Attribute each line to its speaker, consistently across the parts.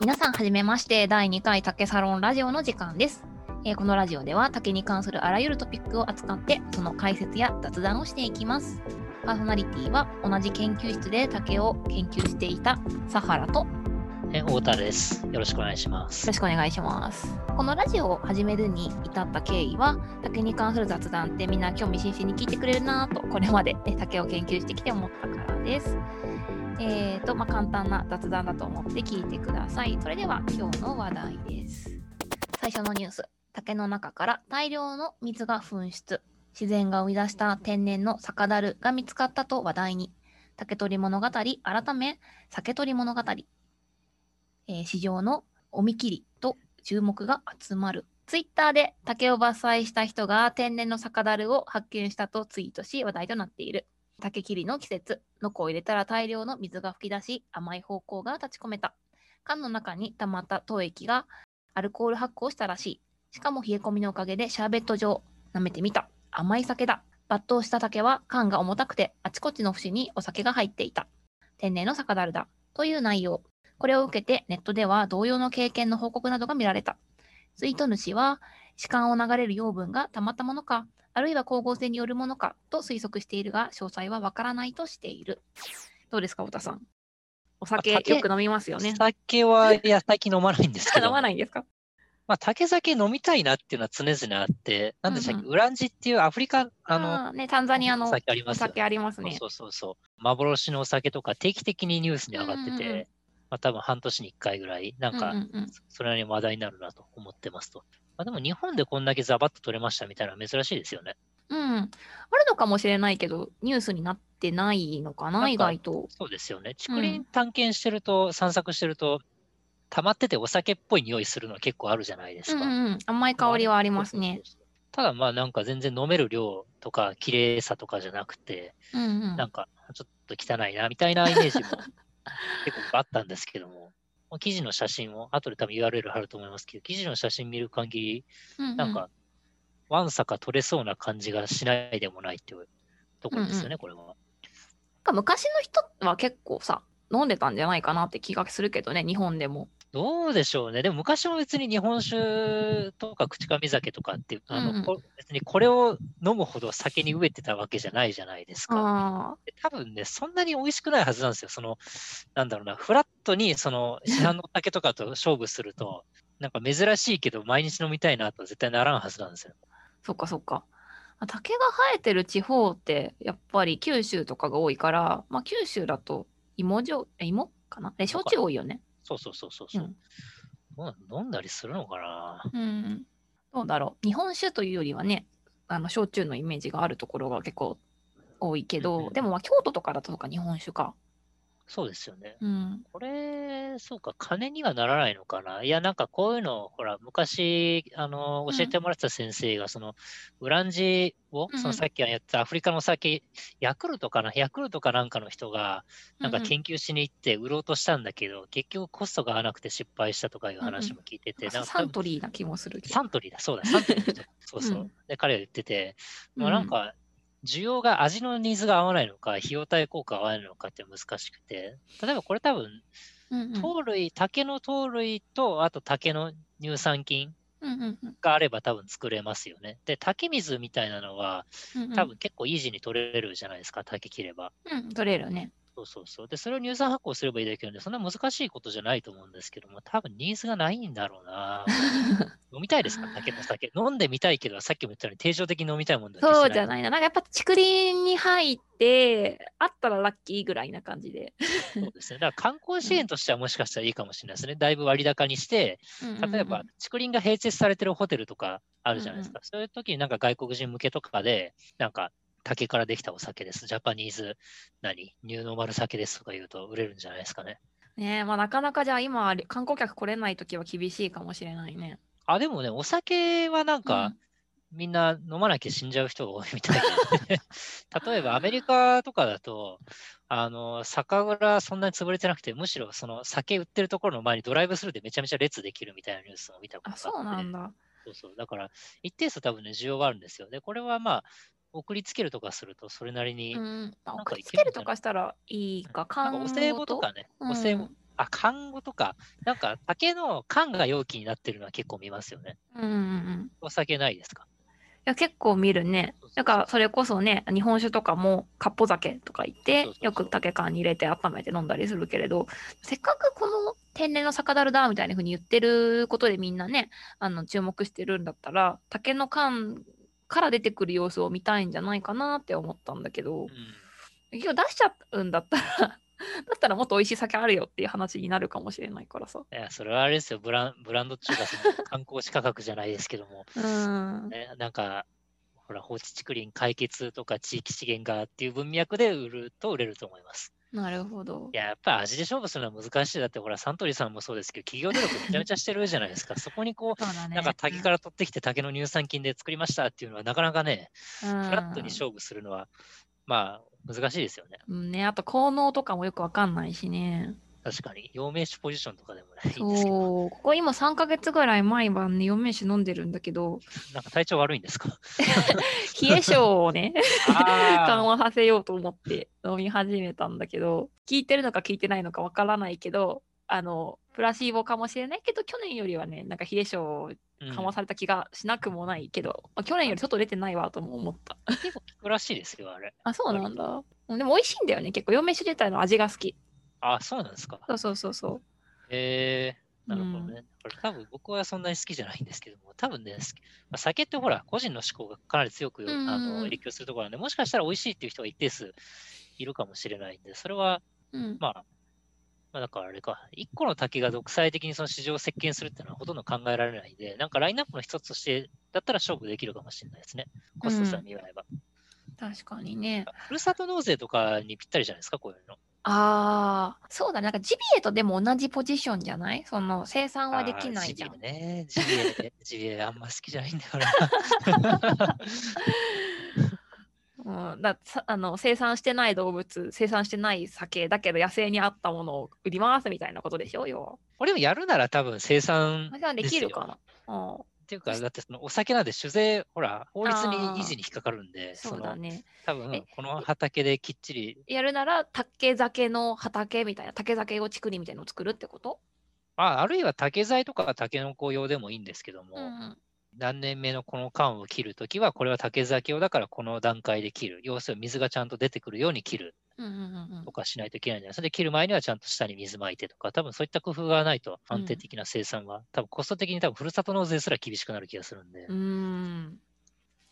Speaker 1: 皆さんはじめまして第2回竹サロンラジオの時間です、えーこのラジオでは竹に関するあらゆるトピックを扱ってその解説や雑談をしていきますパーソナリティは同じ研究室で竹を研究していたサハラとよ
Speaker 2: え、太田です。よろしくお願いします
Speaker 1: ろ。しくお願いしますこのラジオを始めるに至った経緯は竹に関する雑談ってみんな興味津々に聞いてくれるなぁとこれまで、ね、竹を研究してきて思ったからですえーとまあ、簡単な雑談だと思って聞いてください。それでは今日の話題です。最初のニュース。竹の中から大量の水が噴出。自然が生み出した天然の酒樽が見つかったと話題に。竹取物語、改め酒取物語。えー市場のおみきりと注目が集まる。ツイッターで竹を伐採した人が天然の酒樽を発見したとツイートし話題となっている。竹切りの季節、ノコを入れたら大量の水が噴き出し、甘い方向が立ち込めた。缶の中に溜まった糖液がアルコール発酵したらしい。しかも冷え込みのおかげでシャーベット状。舐めてみた。甘い酒だ。抜刀した竹は缶が重たくて、あちこちの節にお酒が入っていた。天然の酒樽だ。という内容。これを受けてネットでは同様の経験の報告などが見られた。ツイート主は、歯間を流れる養分がたまったものか、あるいは光合成によるものかと推測しているが、詳細はわからないとしている。どうですか、太田さん。お酒
Speaker 2: あ竹
Speaker 1: よく飲みますよね。
Speaker 2: 酒は、いや、最近飲まないんですけど、
Speaker 1: 飲ま
Speaker 2: ま
Speaker 1: ないんですか
Speaker 2: あ、竹酒飲みたいなっていうのは常々あって、なんでしたっけ、
Speaker 1: うん
Speaker 2: ウランジっていうアフリカ、あの、
Speaker 1: あーね、タンザニアの
Speaker 2: お酒あり
Speaker 1: お
Speaker 2: ますよね
Speaker 1: 酒ありますね。
Speaker 2: そうそうそう。幻のお酒とか定期的にニュースに上がってて、
Speaker 1: うんうんうん
Speaker 2: まあ多分半年に1回ぐらい、なんか、
Speaker 1: うんうんうん
Speaker 2: それなりに話題になるなと思ってますと。まあ、でも日本でこんだけザバッと取れましたみたいなのは珍しいですよね。
Speaker 1: うん、あるのかもしれないけど、ニュースになってないのかな、
Speaker 2: なんか
Speaker 1: 意外と。
Speaker 2: そうですよね。竹林探検してると、散策してると、溜まっててお酒っぽい匂いするのは結構あるじゃないで
Speaker 1: う
Speaker 2: す
Speaker 1: ん
Speaker 2: か。
Speaker 1: うんうん、甘い香りはありますね。
Speaker 2: そうそうそう。ただまあなんか全然飲める量とか綺麗さとかじゃなくて、
Speaker 1: うんうん
Speaker 2: なんかちょっと汚いなみたいなイメ ージも結構あったんですけども、記事の写真を、後で多分 URL 貼ると思いますけど、記事の写真見る限り、
Speaker 1: うんうん
Speaker 2: なんか、わんさか取れそうな感じがしないでもないっていうところですよね、これは。
Speaker 1: なんか昔の人は結構さ、飲んでたんじゃないかなって気がするけどね、日本でも。
Speaker 2: どうでしょうね。でも昔も別に日本酒とか口上酒とかって、あの
Speaker 1: うんうん
Speaker 2: こ別にこれを飲むほど酒に飢えてたわけじゃないじゃないですか。
Speaker 1: あ
Speaker 2: で多分ね、そんなに美味しくないはずなんですよ。その、なんだろうな、フラットに、その、市販のお酒とかと勝負す ると、なんか珍しいけど、毎日飲みたいなとは絶対ならんはずなんですよ。
Speaker 1: あ、そっかそっか。まあ竹が生えてる地方って、やっぱり九州とかが多いから、まあ、九州だと芋じょうえ芋かなえ焼酎多いよね。
Speaker 2: そうそうそうそう
Speaker 1: う
Speaker 2: そう、
Speaker 1: ん
Speaker 2: どうなん飲んだりするのかな
Speaker 1: うん、どうだろう日本酒というよりはねあの焼酎のイメージがあるところが結構多いけ
Speaker 2: うん
Speaker 1: ど
Speaker 2: うん
Speaker 1: でもまあ京都とかだとか日本酒か、
Speaker 2: そうですよね。
Speaker 1: うん、
Speaker 2: これ、そうか、金にはならないのかないや、なんかこういうの、ほら、昔、あの、
Speaker 1: うん
Speaker 2: 教えてもらってた先生が、その、ウランジを
Speaker 1: う、ん
Speaker 2: そのさっきやったアフリカの酒、ヤクルトかなヤクルトかなんかの人が、なんか
Speaker 1: うんうん
Speaker 2: 研究しに行って売ろうとしたんだけど、結局コストが合わなくて失敗したとかい
Speaker 1: う
Speaker 2: う話
Speaker 1: ん
Speaker 2: も聞いてて、
Speaker 1: サ
Speaker 2: なんか
Speaker 1: サントリーな気もするけど。
Speaker 2: サントリーだ、そうだ、サントリーの人そうそううんで、彼が言ってて、
Speaker 1: うん
Speaker 2: まあ、なんか、需要が味のニーズが合わないのか、費用対効果が合わないのかって難しくて、例えばこれ多分、
Speaker 1: うんうん
Speaker 2: 糖類、竹の糖類と、あと竹の乳酸菌
Speaker 1: うんうんうん
Speaker 2: があれば多分作れますよね。で、竹水みたいなのは、
Speaker 1: うんうん
Speaker 2: 多分結構イージーに取れるじゃないですか、竹切れば。
Speaker 1: うん取れるよね
Speaker 2: そうそうそう。で、それを乳酸発酵すればいいだけなんで、そんな難しいことじゃないと思うんですけども、多分ニーズがないんだろうな。飲みたいですか竹の酒。飲んでみたいけど、さっきも言ったように定常的に飲みたいもんだ
Speaker 1: そうじゃ
Speaker 2: い。
Speaker 1: ないななんかやっぱ竹林に入ってあったらラッキーぐらいな感じで、
Speaker 2: そうですね。だから観光支援としてはもしかしたらいいかもしれないですね。だいぶ割高にして、例えば、竹林が併設されてるホテルとかあるじゃないですか。そういう時になんか外国人向けとかで、なんか、竹からできたお酒です。ジャパニーズ、何ニューノーマル酒ですとか言うと売れるんじゃないですかね。
Speaker 1: ねえまあなかなかじゃあ今観光客来れない時は厳しいかもしれないね
Speaker 2: あ、でもね、お酒はなんか、みんな飲まなきゃ死んじゃう人が多いみ たいで例えばアメリカとかだと、あの、酒蔵そんなに潰れてなくて、むしろその酒売ってるところの前にドライブスルーでめちゃめちゃ列できるみたいなニュースを見たこと
Speaker 1: あ
Speaker 2: があって。
Speaker 1: そうなんだ
Speaker 2: そうそう。だから、一定数多分ね、需要があるんですよ。で、これはまあ、送りつけるとかすると、それなりに、
Speaker 1: うん、まあ
Speaker 2: なん
Speaker 1: 送
Speaker 2: か
Speaker 1: り
Speaker 2: い
Speaker 1: つ
Speaker 2: け
Speaker 1: け
Speaker 2: る
Speaker 1: る
Speaker 2: んじゃ
Speaker 1: と
Speaker 2: な
Speaker 1: かしたらいいか、
Speaker 2: な
Speaker 1: 缶
Speaker 2: んか
Speaker 1: ご
Speaker 2: お歳暮とかね、お歳暮、あ、缶ごとか。なんか、竹の缶が容器になってるのは結構見ますよね。
Speaker 1: うんうんうん。
Speaker 2: お酒ないですか
Speaker 1: いや結構見るね
Speaker 2: そうそうそう。
Speaker 1: だからそれこそね、日本酒とかも、かっぽ酒とか言っ
Speaker 2: そ
Speaker 1: て
Speaker 2: うそう、そう
Speaker 1: よく竹缶に入れて温めて飲んだりするけれど、せっかくこの天然の酒樽だみたいな風に言ってることでみんなね、あの注目してるんだったら、竹の缶から出てくる様子を見たいんじゃないかなって思ったんだけど
Speaker 2: う、ん。
Speaker 1: 今日出しちゃうんだったら 、だったらもっと美味しい酒あるよっていう話になるかもしれないからさ。
Speaker 2: いや、それはあれですよ。ブランブランド中華の観光地価格じゃないですけども、
Speaker 1: うん。
Speaker 2: ね、なんか、ほら、放置竹林解決とか地域資源がっていう文脈で売ると売れると思います。
Speaker 1: なるほど
Speaker 2: い。や、やっぱ味で勝負するのは難しい。だってほら、サントリーさんもそうですけど、企業努力めちゃめちゃしてるじゃないですか。そこにこう、
Speaker 1: そうだね
Speaker 2: なんか竹から取ってきて竹の乳酸菌で作りましたっていうのはなかなかね、
Speaker 1: うん
Speaker 2: フラットに勝負するのは、まあ難しいですよね。
Speaker 1: うんね、あと効能とかもよくわかんないしね。
Speaker 2: 確かに。陽明酒ポジションとかでもね、いいんですけど、
Speaker 1: そう、ここ今3ヶ月ぐらい毎晩ね、陽明酒飲んでるんだけ ど、
Speaker 2: なんか体調悪いんで すか
Speaker 1: 冷え性をね、緩
Speaker 2: あ
Speaker 1: 和させようと思って飲み始めたんだけど、効いてるのか効いてないのかわからないけど、あの、プラシーボかもしれないけど、去年よりはね、なんか冷え性を
Speaker 2: ー
Speaker 1: 緩和された気がしなくもないけど、まあ去年より外出てないわとも思った。
Speaker 2: うん結構効くらしいですよ、あれ。
Speaker 1: あ、そうなんだ。うんでも美味しいんだよね、結構。陽明酒自体の味が好き。
Speaker 2: あ、そうなんですか。
Speaker 1: そうそうそうそう。
Speaker 2: えー、なるほど
Speaker 1: うん
Speaker 2: ね。これ多分僕はそんなに好きじゃないんですけども、多分ね、好きまあ酒ってほら、個人の思考がかなり強く
Speaker 1: うんうんうん
Speaker 2: あの影響するところなんで、もしかしたら美味しいっていう人が一定数いるかもしれないんで、それは、
Speaker 1: うん、
Speaker 2: まあ、まあ、だからあれか、一個の滝が独裁的にその市場を席巻するっていうのはほとんど考えられないんで、なんかラインナップの一つとして、だったら勝負できるかもしれないですね。コストさん見れば。
Speaker 1: 確かにね。
Speaker 2: ふるさと納税とかにぴったりじゃないですか、こういうの。
Speaker 1: ああ、そうだね。なんかジビエとでも同じポジションじゃないその生産はできないじゃん
Speaker 2: あ。ージビエね。ジビ エ、ジビエあんま好きじゃないんだから。
Speaker 1: うん、ださあの生産してない動物、生産してない酒だけど野生にあったものを売り回すみたいなことでしょ要は。
Speaker 2: これをやるなら多分生産
Speaker 1: 生産できるかな。うん、
Speaker 2: っていうか、だってそのお酒なんで酒税、ほら、法律に維持に引っかかるんで、
Speaker 1: そうだ
Speaker 2: の
Speaker 1: ね。
Speaker 2: 多
Speaker 1: え
Speaker 2: 分この畑できっちり、
Speaker 1: やるなら竹酒の畑みたいな竹酒を竹林みたいなのを作るってこと？
Speaker 2: まあ、あるいは竹材とか竹の子用でもいいんですけども、
Speaker 1: うん
Speaker 2: 何年目のこの缶を切るときは、これは竹酒用だからこの段階で切る。要するに水がちゃんと出てくるように切る
Speaker 1: うんうんうん
Speaker 2: とかしないといけないんじゃないですか。で、切る前にはちゃんと下に水まいてとか、多分そういった工夫がないと安定的な生産は、多分コスト的に多分ふるさと納税すら厳しくなる気がするんで。
Speaker 1: うん。うん。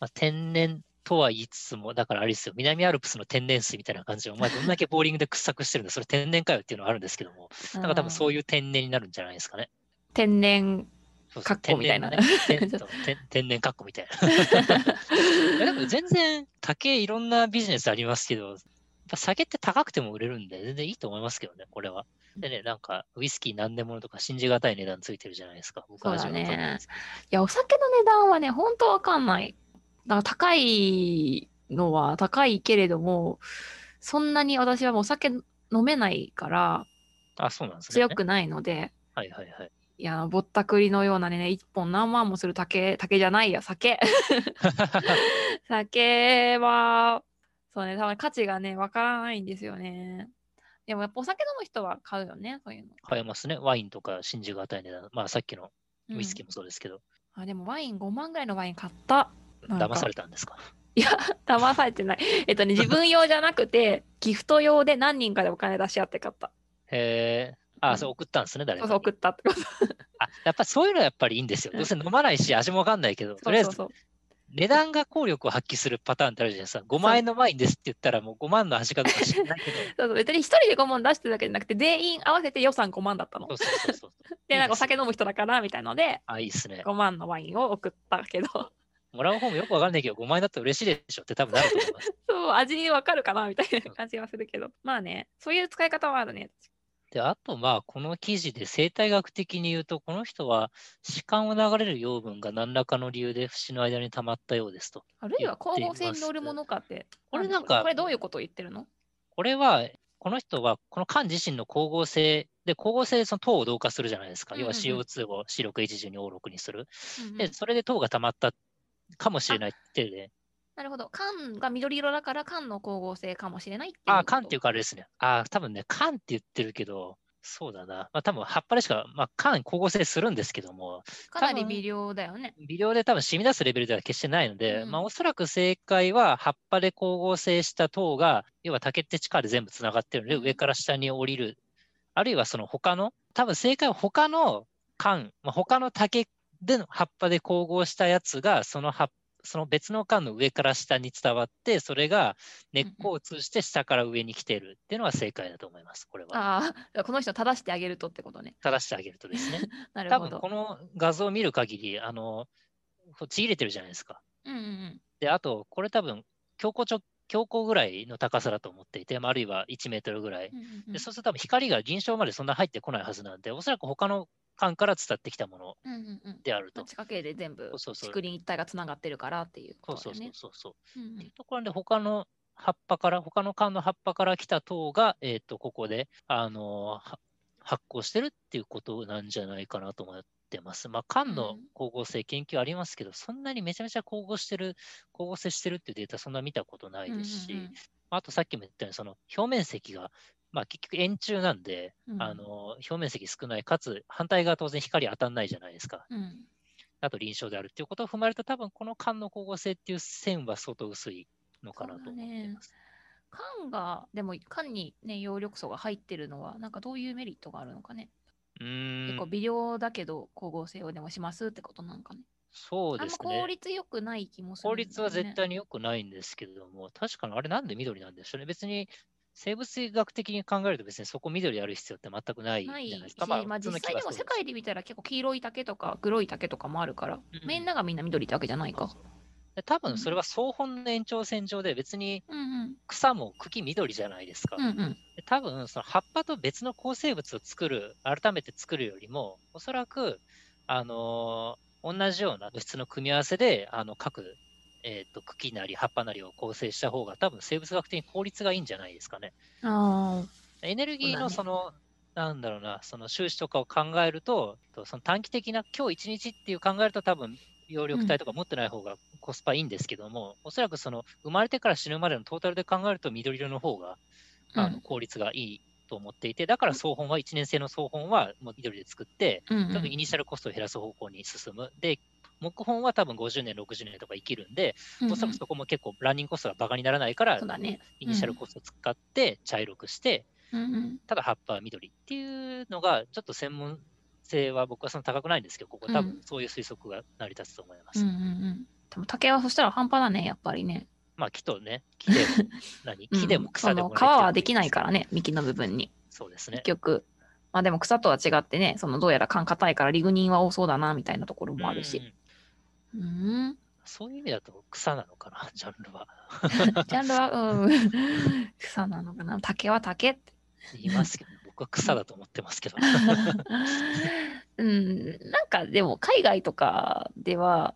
Speaker 2: まあ、天然とは言いつつも、だからあれですよ、南アルプスの天然水みたいな感じで、お前どんだけボーリングで掘削してるんだ、それ天然かよっていうのはあるんですけ ども、なんか多分そうういう天然になるんじゃないですかね。
Speaker 1: ん天然。
Speaker 2: そう
Speaker 1: か
Speaker 2: そう
Speaker 1: っこみたいな
Speaker 2: 天然 ね天そう天天然かっこみたいな。いやでも全然、竹いろんなビジネスありますけど、やっぱ酒って高くても売れるんで、全然いいと思いますけどね、これは。でね、なんか、ウイスキー何年ものとか信じがたい値段ついてるじゃないですか。僕は
Speaker 1: そうだね
Speaker 2: 味わったことないですけ
Speaker 1: いや、お酒の値段はね、ほんとわかんない。だから高いのは高いけれども、そんなに私はもうお酒飲めないから
Speaker 2: どあ、そうなんですね。
Speaker 1: 強くないので、
Speaker 2: はいはいはい。
Speaker 1: いや、ぼったくりのようなね、一本何万もする竹、竹じゃないや、 酒。酒は、そうね、多分価値がね、わからないんですよね。でもやっぱお酒飲む人は買うよね、そういうの。
Speaker 2: 買えますね。ワインとか真珠が与え値段。まあさっきの
Speaker 1: うん
Speaker 2: ウイスキーもそうですけど、
Speaker 1: あ、でもワイン5万ぐらいのワイン買った。なんか
Speaker 2: 騙されたんですか。
Speaker 1: 騙されてない。 えっとね、自分用じゃなくて、ギフト用で何人かでお金出し合って買った。
Speaker 2: へえ。
Speaker 1: う
Speaker 2: あ、
Speaker 1: ん
Speaker 2: そう送ったんですね、誰
Speaker 1: そ
Speaker 2: か
Speaker 1: うそ
Speaker 2: に。
Speaker 1: う送ったってこと。
Speaker 2: あ、やっぱそういうのはやっぱりいいんですよ。
Speaker 1: うん
Speaker 2: どうせ飲まないし、味もわかんないけど、とりあえ
Speaker 1: そう
Speaker 2: ず
Speaker 1: そう
Speaker 2: 値段が効力を発揮するパターンってあるじゃないですか。5万円のワインですって言ったら、もう5万の味かどうか知らないけど。
Speaker 1: そうそう別に一人で5万出してるわけじゃなくて、全員合わせて予算5万だったの
Speaker 2: そ。うそうそうそう。
Speaker 1: で、なんかお酒
Speaker 2: いいですね
Speaker 1: 飲む人だからみたいので、
Speaker 2: あ、いいですね。
Speaker 1: 5万のワインを送ったけど、
Speaker 2: もらう方もよくわかんないけど、5万円だったら嬉しいでしょって多分なると思います。
Speaker 1: そう、味にわかるかなみたいな感じはするけど。まあね、そういう使い方はあるね。
Speaker 2: で、あと、まあ、この記事で生態学的に言うと、この人は、歯間を流れる養分が何らかの理由で節の間に溜まったようですと。
Speaker 1: あるいは光合成に乗るものかって。
Speaker 2: これなんか
Speaker 1: これどういうことを言ってるの
Speaker 2: これは、この人は、この缶自身の光合成で、光合成でその糖を同化するじゃないですか。
Speaker 1: うんうんうん
Speaker 2: 要は CO2 を C6H12O6 にする。で、それで糖が溜まったかもしれないっていうね。
Speaker 1: なるほど。缶が緑色だから缶の光合成かもしれないっていう。
Speaker 2: ああ、缶っていうかあれですね。ああ、多分ね、缶って言ってるけど、そうだな。まあ多分、葉っぱでしか、まあ、かなり光合成するんですけども、
Speaker 1: かなり微量だよね。
Speaker 2: 微量で多分染み出すレベルでは決してないので、
Speaker 1: うん
Speaker 2: まあおそらく正解は葉っぱで光合成した糖が、要は竹って地下で全部つながってるので、
Speaker 1: うん
Speaker 2: 上から下に降りる。あるいはその他の、多分正解は他の缶、まあ、他の竹での葉っぱで光合したやつが、その葉っその別の缶の上から下に伝わって、それが根っこを通じて下から上に来てるっていうのは正解だと思います、これは。
Speaker 1: ああ、この人正してあげるとってことね。
Speaker 2: 正してあげるとですね。
Speaker 1: なる
Speaker 2: 多
Speaker 1: ほ
Speaker 2: 分
Speaker 1: ど。
Speaker 2: この画像を見る限り、あの、こうちぎれてるじゃないですか。
Speaker 1: うんうんうん。
Speaker 2: で、あと、これ多分、強行直、強行ぐらいの高さだと思っていて、まああるいは1メートルぐらい。
Speaker 1: うんうんうん
Speaker 2: で、そうすると多分光が銀賞までそんな入ってこないはずなんで、おそらく他の管から伝ってきたもの
Speaker 1: うんうんうん
Speaker 2: である
Speaker 1: まあ
Speaker 2: と。
Speaker 1: 地下茎で全部
Speaker 2: そうそうそう
Speaker 1: 竹林一体がつながってるからっていう
Speaker 2: そ
Speaker 1: こ
Speaker 2: うそ
Speaker 1: と
Speaker 2: う
Speaker 1: だよ
Speaker 2: そう
Speaker 1: ね。
Speaker 2: そうそう。
Speaker 1: うんうん
Speaker 2: っていうところで、他の葉っぱから、他の管の葉っぱから来た糖が、えっ、と、ここで、あのは発酵してるっていうことなんじゃないかなと思ってます。まあ、
Speaker 1: う
Speaker 2: 管の
Speaker 1: ん
Speaker 2: 光合成研究ありますけど、そんなにめちゃめちゃ光合してる、光合成してるっていうデータ、そんな見たことないですし、
Speaker 1: うんうんうん
Speaker 2: あとさっきも言ったように、その表面積が、まあ、結局円柱なんで、
Speaker 1: うん
Speaker 2: あの、表面積少ない、かつ反対側当然光当たんないじゃないですか。
Speaker 1: うん
Speaker 2: あと臨床であるっていうことを踏まえると、多分この間の光合成っていう線は相当薄いのかなと思ってます。
Speaker 1: 缶がでも缶にね葉緑素が入ってるのはなんかどういうメリットがあるのかね、
Speaker 2: う
Speaker 1: 結
Speaker 2: ー
Speaker 1: 構
Speaker 2: ん、
Speaker 1: 微量だけど光合成をでもしますってことなんかね
Speaker 2: そうです
Speaker 1: あんま効
Speaker 2: ね。
Speaker 1: 率良くない気もする
Speaker 2: 効
Speaker 1: んだよね、
Speaker 2: 率は絶対に良くないんですけれども、確かにあれなんで緑なんでしょうね。別に生物学的に考えると別にそこ緑ある必要って全くないじゃ
Speaker 1: な
Speaker 2: ないい
Speaker 1: し
Speaker 2: ですか。、
Speaker 1: まあ、実際でも世
Speaker 2: に
Speaker 1: 界で見たら結構黄色い竹とか黒い竹とかもあるから、
Speaker 2: うん
Speaker 1: みんながみんな緑ってわけじゃないか。
Speaker 2: 多分それは総本の延長線上で別に
Speaker 1: うんうん
Speaker 2: 草も茎緑じゃないですか。
Speaker 1: うんうん
Speaker 2: で多分その葉っぱと別の構成物を作る、改めて作るよりも、おそらく、あのー同じような物質の組み合わせで、あの各、えー、と茎なり葉っぱなりを構成した方が、多分生物学的に効率がいいんじゃないですかね。
Speaker 1: あー
Speaker 2: エネルギーの
Speaker 1: そ
Speaker 2: その、なんだろうな、その収支とかを考えると、とその短期的な、今日一日っていう考えると、多分葉緑体とか持ってない方がコスパいいんですけども、おそらくその生まれてから死ぬまでのトータルで考えると、緑色の方があの効率がいいと思っていて、だから総本は、1年生の総本はもう緑で作って、
Speaker 1: うんうん
Speaker 2: 多分イニシャルコストを減らす方向に進む。で木本は多分50年、60年とか生きるんで、
Speaker 1: うんうん
Speaker 2: おそらくそこも結構ランニングコストがバカにならないから、
Speaker 1: そうだね
Speaker 2: イニシャルコストを使って茶色くして、
Speaker 1: うんうん
Speaker 2: ただ葉っぱは緑っていうのが、ちょっと専門性は僕はその高くないんですけど、ここ多
Speaker 1: う
Speaker 2: 分そういう推測が成り立つと思い
Speaker 1: う
Speaker 2: ま
Speaker 1: んう
Speaker 2: す。
Speaker 1: んうんでも竹はそしたら半端だねやっぱりね
Speaker 2: まあ木とね、木でも、何木でも草でも
Speaker 1: う
Speaker 2: なんい。
Speaker 1: その皮はできないかららね幹の部分に
Speaker 2: そうですね
Speaker 1: 結。局、まあでも草とは違ってねそのどうやら缶硬いからリグニンは多そうだなみたいなところもある
Speaker 2: うんう
Speaker 1: し
Speaker 2: ん
Speaker 1: うん
Speaker 2: そういう意味だと草なのかな、 ジャンルは。
Speaker 1: ジャンル はうん草なのかな竹は竹って
Speaker 2: 言いますけど、僕は草だと思ってますけど。
Speaker 1: うん、なんかでも海外とかでは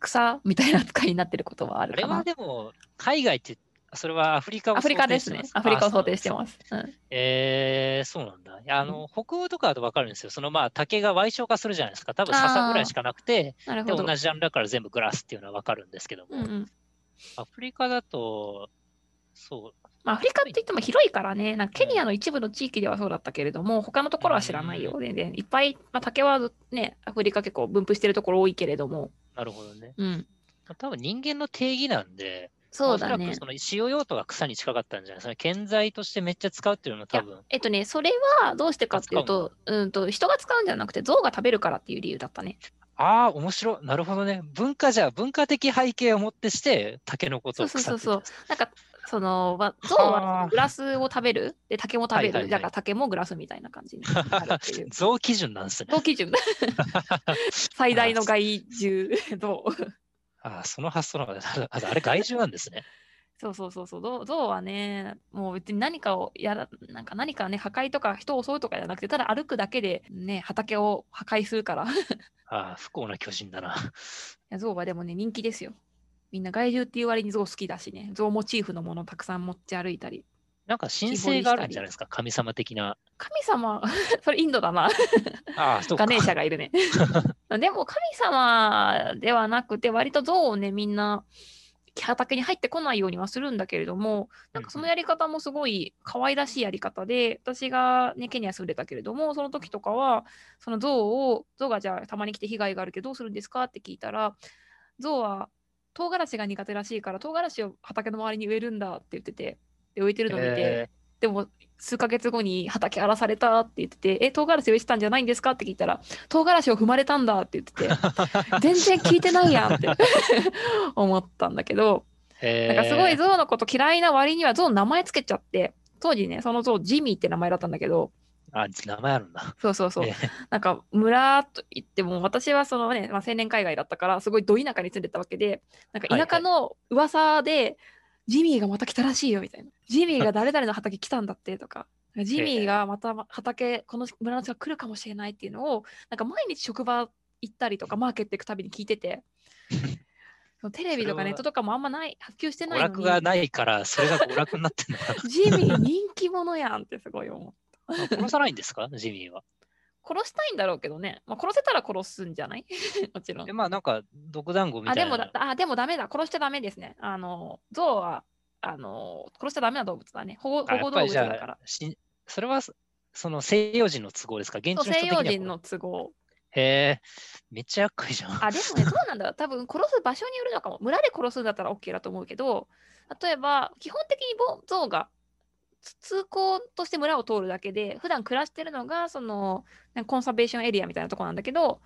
Speaker 1: 草みたいな扱いになってることはあ
Speaker 2: あ
Speaker 1: る
Speaker 2: れ
Speaker 1: か
Speaker 2: は
Speaker 1: な。
Speaker 2: でも、海外って、それはアフリカを
Speaker 1: アフリカ
Speaker 2: 想定
Speaker 1: で
Speaker 2: し
Speaker 1: す
Speaker 2: てま
Speaker 1: ね。アフリカを想定して
Speaker 2: すあ。そうなんで
Speaker 1: ます。うん
Speaker 2: えー、そうなんだ。いやあの、北欧とかだとわかるんですよ。そのまあ竹が矮小化するじゃないですか。多分笹ぐらいしかなくて、
Speaker 1: なる
Speaker 2: で
Speaker 1: ほど。
Speaker 2: 同じジャンルだから全部グラスっていうのはわかるんですけど
Speaker 1: う
Speaker 2: も、
Speaker 1: んうん
Speaker 2: アフリカだと、そう、
Speaker 1: まあ、アフリカっていっても広いからね、なんかケニアの一部の地域ではそうだったけれども、他のところは知らないようで、ね、いっぱい、まあ、竹はね、アフリカ結構分布してるところ多いけれども、
Speaker 2: なるほどね。
Speaker 1: うん、
Speaker 2: 多分人間の定義なんで、
Speaker 1: そう
Speaker 2: お
Speaker 1: だ
Speaker 2: そら
Speaker 1: ね
Speaker 2: くそ。の使用用途が草に近かったんじゃないですかね。建材としてめっちゃ使うっていうのは多分、
Speaker 1: えっとね、それはどうしてかっていうと、うんと、人が使うんじゃなくて、象が食べるからっていう理由だったね。
Speaker 2: ああ、面白い。なるほどね。文化じゃ、文化的背景をもってして、竹のことを
Speaker 1: そう
Speaker 2: 草
Speaker 1: そう
Speaker 2: って言
Speaker 1: そう
Speaker 2: って
Speaker 1: なんかその、まあ、象
Speaker 2: は
Speaker 1: は
Speaker 2: あ
Speaker 1: グラスを食べるで竹も食べる、
Speaker 2: はいはいはい
Speaker 1: だから竹もグラスみたいな感じになるっていう
Speaker 2: ま。す。像基準なんですね
Speaker 1: 等。基準最大の害獣象
Speaker 2: ああ、その発想なんだ。ああれ、害獣なんですね。
Speaker 1: そうそうそうそう象象はねもう別に何かをやらなんか何かね破壊とか人を襲うとかじゃなくてただ歩くだけでね畑を破壊するからい
Speaker 2: ああ、不幸な巨人だな。
Speaker 1: や象はでもね人気ですよみんな害獣っていう割に象好きだしね象モチーフのものたくさん持ち歩いたり
Speaker 2: なんか神聖があるんじゃないですか。神様的な。
Speaker 1: 神様 それインドだな
Speaker 2: ああ、そうか。
Speaker 1: ガネーシャがいる ね。でも神様ではなくて割と象をねみんな畑に入ってこないようにはするんだけれどもなんかそのやり方もすごい可愛らしいやり方で私が、ね、ケニア住んでたけれどもその時とかはその象を象がじゃあたまに来て被害があるけどどうするんですかって聞いたら象は唐辛子が苦手らしいから唐辛子を畑の周りに植えるんだって言っててで植えてるの見て、
Speaker 2: え
Speaker 1: でも数ヶ月後に畑荒らされたって言ってて「え唐辛子植えてたんじゃないんですか?」って聞いたら「唐辛子を踏まれたんだ」って言ってて全然聞いてないやんって 思ったんだけど
Speaker 2: え
Speaker 1: なんかすごい象のこと嫌いな割には象の名前つけちゃって当時ねその象ジミーって名前だったんだけど
Speaker 2: あ、名前あるんだ。
Speaker 1: そうそうそう
Speaker 2: え
Speaker 1: なんか村と言っても私はそのね、まあ、青年海外だったからすごいど田舎に住んでたわけでなんか田舎の噂で、ジミーがまた来たらしいよみたいなジミーが誰々の畑来たんだってとか。なんかジミーがまた畑この村の人が来るかもしれないっていうのをなんか毎日職場行ったりとかマーケット行くたびに聞いててそのテレビとかネットとかもあんまない発及して
Speaker 2: 娯
Speaker 1: ないの
Speaker 2: 楽
Speaker 1: に
Speaker 2: がないから、それが娯楽になってるのか
Speaker 1: ジミー人気者やんってすごい思う
Speaker 2: な。あ殺さないんですかジミ ーは。
Speaker 1: 殺したいんだろうけどね、まあ、殺せたら殺すんじゃない もちろん
Speaker 2: えまあなんか、毒団子み
Speaker 1: あ
Speaker 2: た
Speaker 1: で
Speaker 2: い
Speaker 1: も
Speaker 2: な
Speaker 1: だ。あでもダメだ殺しちゃダメですねあの象はあの殺しちゃダメな動物だね保護保
Speaker 2: あや
Speaker 1: 護
Speaker 2: っ
Speaker 1: 動
Speaker 2: ぱ
Speaker 1: 物
Speaker 2: りじ
Speaker 1: だ
Speaker 2: ゃ
Speaker 1: から
Speaker 2: あ、しそれはそその西洋人の都合ですか現
Speaker 1: そ
Speaker 2: 地の
Speaker 1: う
Speaker 2: 人
Speaker 1: 西
Speaker 2: 的に
Speaker 1: 洋
Speaker 2: はこれ
Speaker 1: 人の都合
Speaker 2: へえ、めっちゃ厄介じゃん。
Speaker 1: あでもねどうなんだろう多分殺す場所によるのかも村で殺すんだったら OK だと思うけど例えば基本的にぼ象がつ通行として村を通るだけで普段暮らしてるのがそのなんかコンサベーションエリアみたいなとこなんだけど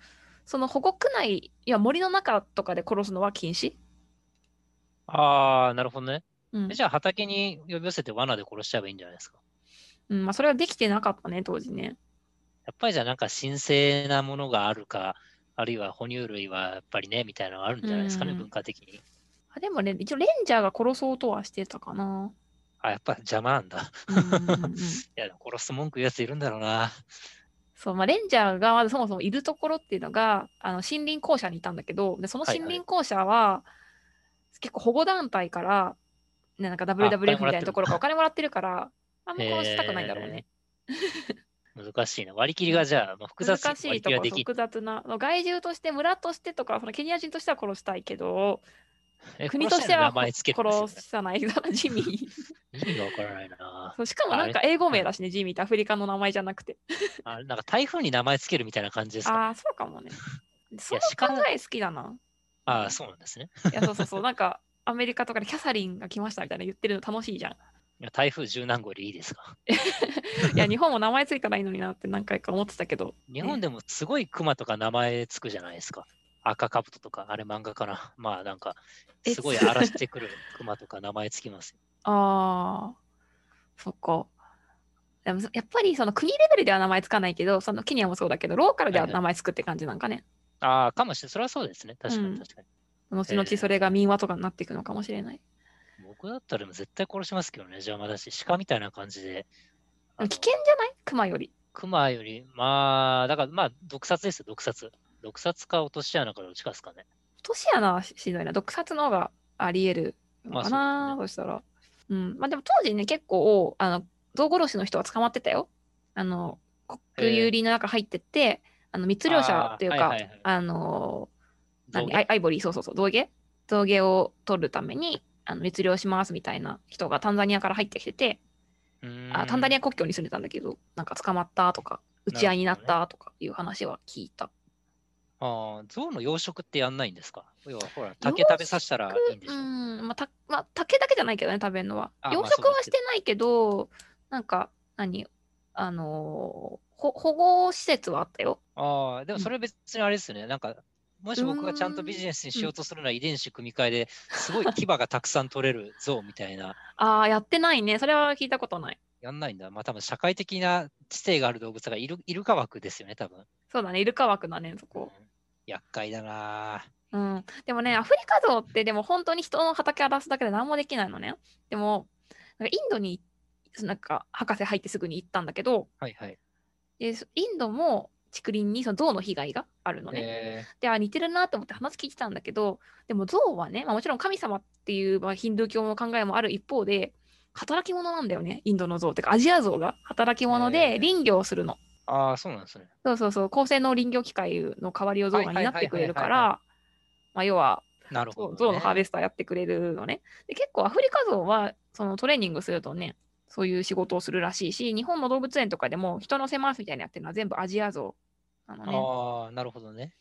Speaker 1: その保護区内いや森の中とかで殺すのは禁止、
Speaker 2: ああ、なるほどね。
Speaker 1: うん
Speaker 2: えじゃあ畑に呼び寄せて罠で殺しちゃえばいいんじゃないですか。
Speaker 1: うんまあ、それはできてなかったね当時ね。
Speaker 2: やっぱりじゃあなんか神聖なものがあるか、あるいは哺乳類はやっぱりね、みたいなのがあるんじゃないですかね、
Speaker 1: うん
Speaker 2: 文化的に。
Speaker 1: あでもね、一応レンジャーが殺そうとはしてたかな。
Speaker 2: あ、やっぱ邪魔なんだ。
Speaker 1: うんうんうん
Speaker 2: いや、でも殺す文句言うやついるんだろうな。
Speaker 1: そう、まあ、レンジャーがまずそもそもいるところっていうのが、あの森林公社にいたんだけど、でその
Speaker 2: はい
Speaker 1: 森
Speaker 2: はい
Speaker 1: 林公社は、結構保護団体から、ね、なんか
Speaker 2: 金
Speaker 1: WWF みたい
Speaker 2: もらってる
Speaker 1: なところからお金もらってるから、あんま殺したくないんだろうね。
Speaker 2: 難しいな。割り切りがじゃあ、まあ、複雑
Speaker 1: 難
Speaker 2: に
Speaker 1: し
Speaker 2: 割
Speaker 1: い
Speaker 2: り
Speaker 1: と
Speaker 2: 切り
Speaker 1: こ
Speaker 2: はでき
Speaker 1: 複雑な、害獣として、村としてとか、そのケニア人としては殺したいけど、
Speaker 2: え
Speaker 1: 国として
Speaker 2: 殺したいのに名
Speaker 1: は
Speaker 2: 前つけるんですよね
Speaker 1: 殺さない から、ジミー。
Speaker 2: 意味がわからないな。
Speaker 1: そうしかもなんか英語名だしね、ジミーってアフリカの名前じゃなくて。
Speaker 2: あなんか台風に名前つけるみたいな感じですか。
Speaker 1: ああー、そうかもね。その
Speaker 2: 鹿
Speaker 1: 考え好きだな。
Speaker 2: ああー、そうなんですね。
Speaker 1: いや、そうそうそう。なんか、アメリカとかでキャサリンが来ましたみたいな言ってるの楽しいじゃん。
Speaker 2: いや台風十何号でいいですか。
Speaker 1: いや、日本も名前ついたらいいのになって何回か思ってたけど。
Speaker 2: 日本でもすごい熊とか名前つくじゃないですか。赤カブトとか、あれ漫画かな。 まあなんか、
Speaker 1: え
Speaker 2: すごい荒らして くる熊とか名前つきますよ。
Speaker 1: ああ、そっか。でもやっぱりその国レベルでは名前つかないけど、そのケニアもそうだけど、ローカルでは名前つくって感じなんかね。
Speaker 2: ああ、かもしれない。それはそうですね。確か
Speaker 1: うん
Speaker 2: に確かに。
Speaker 1: 後々それが民話とかになっていくのかもしれない。
Speaker 2: 僕だったらでも絶対殺しますけどね。邪魔だし、鹿みたいな感じで。
Speaker 1: でも危険じゃない熊より。
Speaker 2: 熊より、まあ、だからまあ、毒殺ですよ、毒殺。毒殺か落とし穴かどっちかですかね。
Speaker 1: 年やなししんどいな毒殺の方がありえるのかな、
Speaker 2: まあそう
Speaker 1: そしたらうんまあでも当時ね結構あの象殺しの人は捕まってたよあの国有林の中入ってって、あの密漁者というかあ,、
Speaker 2: あーはいはいはい
Speaker 1: の何
Speaker 2: 道具
Speaker 1: アイアイボリーそうそうそう象牙象牙を取るためにあの密漁しますみたいな人がタンザニアから入ってきてて、
Speaker 2: うーん
Speaker 1: あタンザニア国境に住んでたんだけどなんか捕まったとか打ち合いになったとかいう話は聞いた
Speaker 2: ああ、象の養殖ってやんないんですか要は、ほら、竹食べさせたらいいんでしょ
Speaker 1: う。ん、まあ、た、まあ、竹だけじゃないけどね、食べるのは。
Speaker 2: あ
Speaker 1: 養
Speaker 2: まあそ
Speaker 1: 殖
Speaker 2: うだ
Speaker 1: はしてないけど、なんか、何、あのーほ保護施設はあったよ。
Speaker 2: ああ、で
Speaker 1: う
Speaker 2: も
Speaker 1: ん
Speaker 2: それ別にあれですよね。なんか、もし僕がちゃんとビジネスにしようとするなら遺伝子組み換えですごい牙がたくさん取れる象みたいな、
Speaker 1: ああ、やってないね。それは聞いたことない。
Speaker 2: やんないんだ。まあ多分社会的な知性がある動物がいるイルカ枠ですよね、多分。
Speaker 1: そうだね、イルカ枠だね、そこ。
Speaker 2: うん厄介だなあ
Speaker 1: うん。でもね、アフリカゾウって、でも本当に人の畑荒らすだけで何もできないのね。でも、なんかインドに、なんか、博士入ってすぐに行ったんだけど、
Speaker 2: はいはい。
Speaker 1: でインドも竹林にその象の被害があるのね。
Speaker 2: え
Speaker 1: であ似てるなと思って話聞いてたんだけどでも象はね、まあ、もちろん神様っていう、まあ、ヒンドゥー教の考えもある一方で働き者なんだよねインドの象ってかアジア象が働き者
Speaker 2: へ
Speaker 1: で
Speaker 2: ー
Speaker 1: 林業をするの、
Speaker 2: ー、ああ、そうなんですね。
Speaker 1: そうそうそう高性能林業機械の代わりを象が担ってくれるからまあ要は
Speaker 2: なるほど、ね。
Speaker 1: ゾウのハーベスターやってくれるのね。で結構アフリカゾウはそのトレーニングするとね、そういう仕事をするらしいし、日本の動物園とかでも人のせますみたいにやってるのは全部アジアゾウなのね。
Speaker 2: ああ、なるほどね。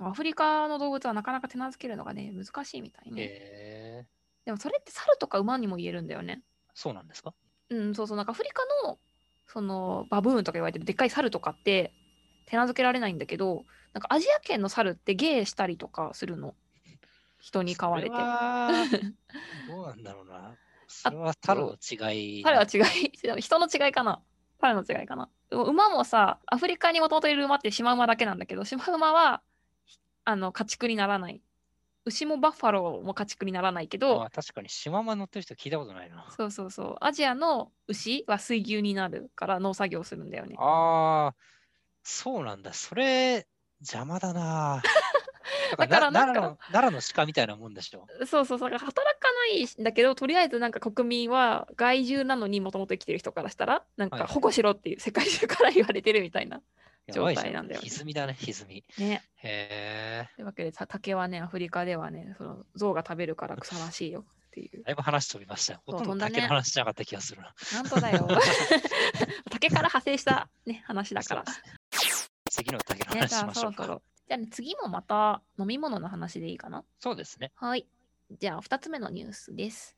Speaker 1: アフリカの動物はなかなか手なずけるのがね、難しいみたいね。
Speaker 2: へえ。
Speaker 1: でもそれって猿とか馬にも言えるんだよね。
Speaker 2: そうなんですか
Speaker 1: うん、そうそう、なんかアフリカのそのバブーンとか言われてるでっかい猿とかって手なずけられないんだけど、なんかアジア圏の猿って芸したりとかするの。人に飼われて
Speaker 2: そ。 はどうなんだろうな。それはタロの違い。
Speaker 1: 猿は違い 人の違いかな猿の違いかなでも馬もさアフリカにもともといる馬ってシマウマだけなんだけどシマウマはあの家畜にならない牛もバッファローも家畜にならないけど
Speaker 2: あ確かにシマウマ乗ってる人聞いたことないな。
Speaker 1: そうそうそうアジアの牛は水牛になるから農作業するんだよね
Speaker 2: ああ、そうなんだ。それ、邪魔 だな。だか
Speaker 1: だ
Speaker 2: らな
Speaker 1: からな
Speaker 2: 奈良
Speaker 1: ん
Speaker 2: の奈良の鹿みたいなもんでしょ。
Speaker 1: そうそうそうだから働かないんだけどとりあえずなんか国民は害獣なのにもともと生きてる人からしたらなん
Speaker 2: はい
Speaker 1: か保護しろっていう世界中から言われてるみたいな
Speaker 2: やばいじ
Speaker 1: 状
Speaker 2: ゃ
Speaker 1: 態なんだよね
Speaker 2: 歪みだね、歪み。
Speaker 1: ね
Speaker 2: へえ。
Speaker 1: というわけでさ竹はねアフリカではねその象が食べるから草らしいよって いう
Speaker 2: だいぶ話飛びましたよ。ほとん
Speaker 1: 飛
Speaker 2: ど
Speaker 1: んだ
Speaker 2: だ
Speaker 1: ね
Speaker 2: けの話しなかった気がするな。
Speaker 1: なんとだよ竹から派生した、ね、話だから、
Speaker 2: そうですね。次のだけの
Speaker 1: ね、
Speaker 2: 話
Speaker 1: じ
Speaker 2: し
Speaker 1: ゃあ
Speaker 2: まし
Speaker 1: そ
Speaker 2: ょ
Speaker 1: ろ
Speaker 2: う
Speaker 1: そ
Speaker 2: か。
Speaker 1: ろじゃあ、ね、次もまた飲み物の話でいいかな
Speaker 2: そうですね。
Speaker 1: はいじゃあ2つ目のニュースです、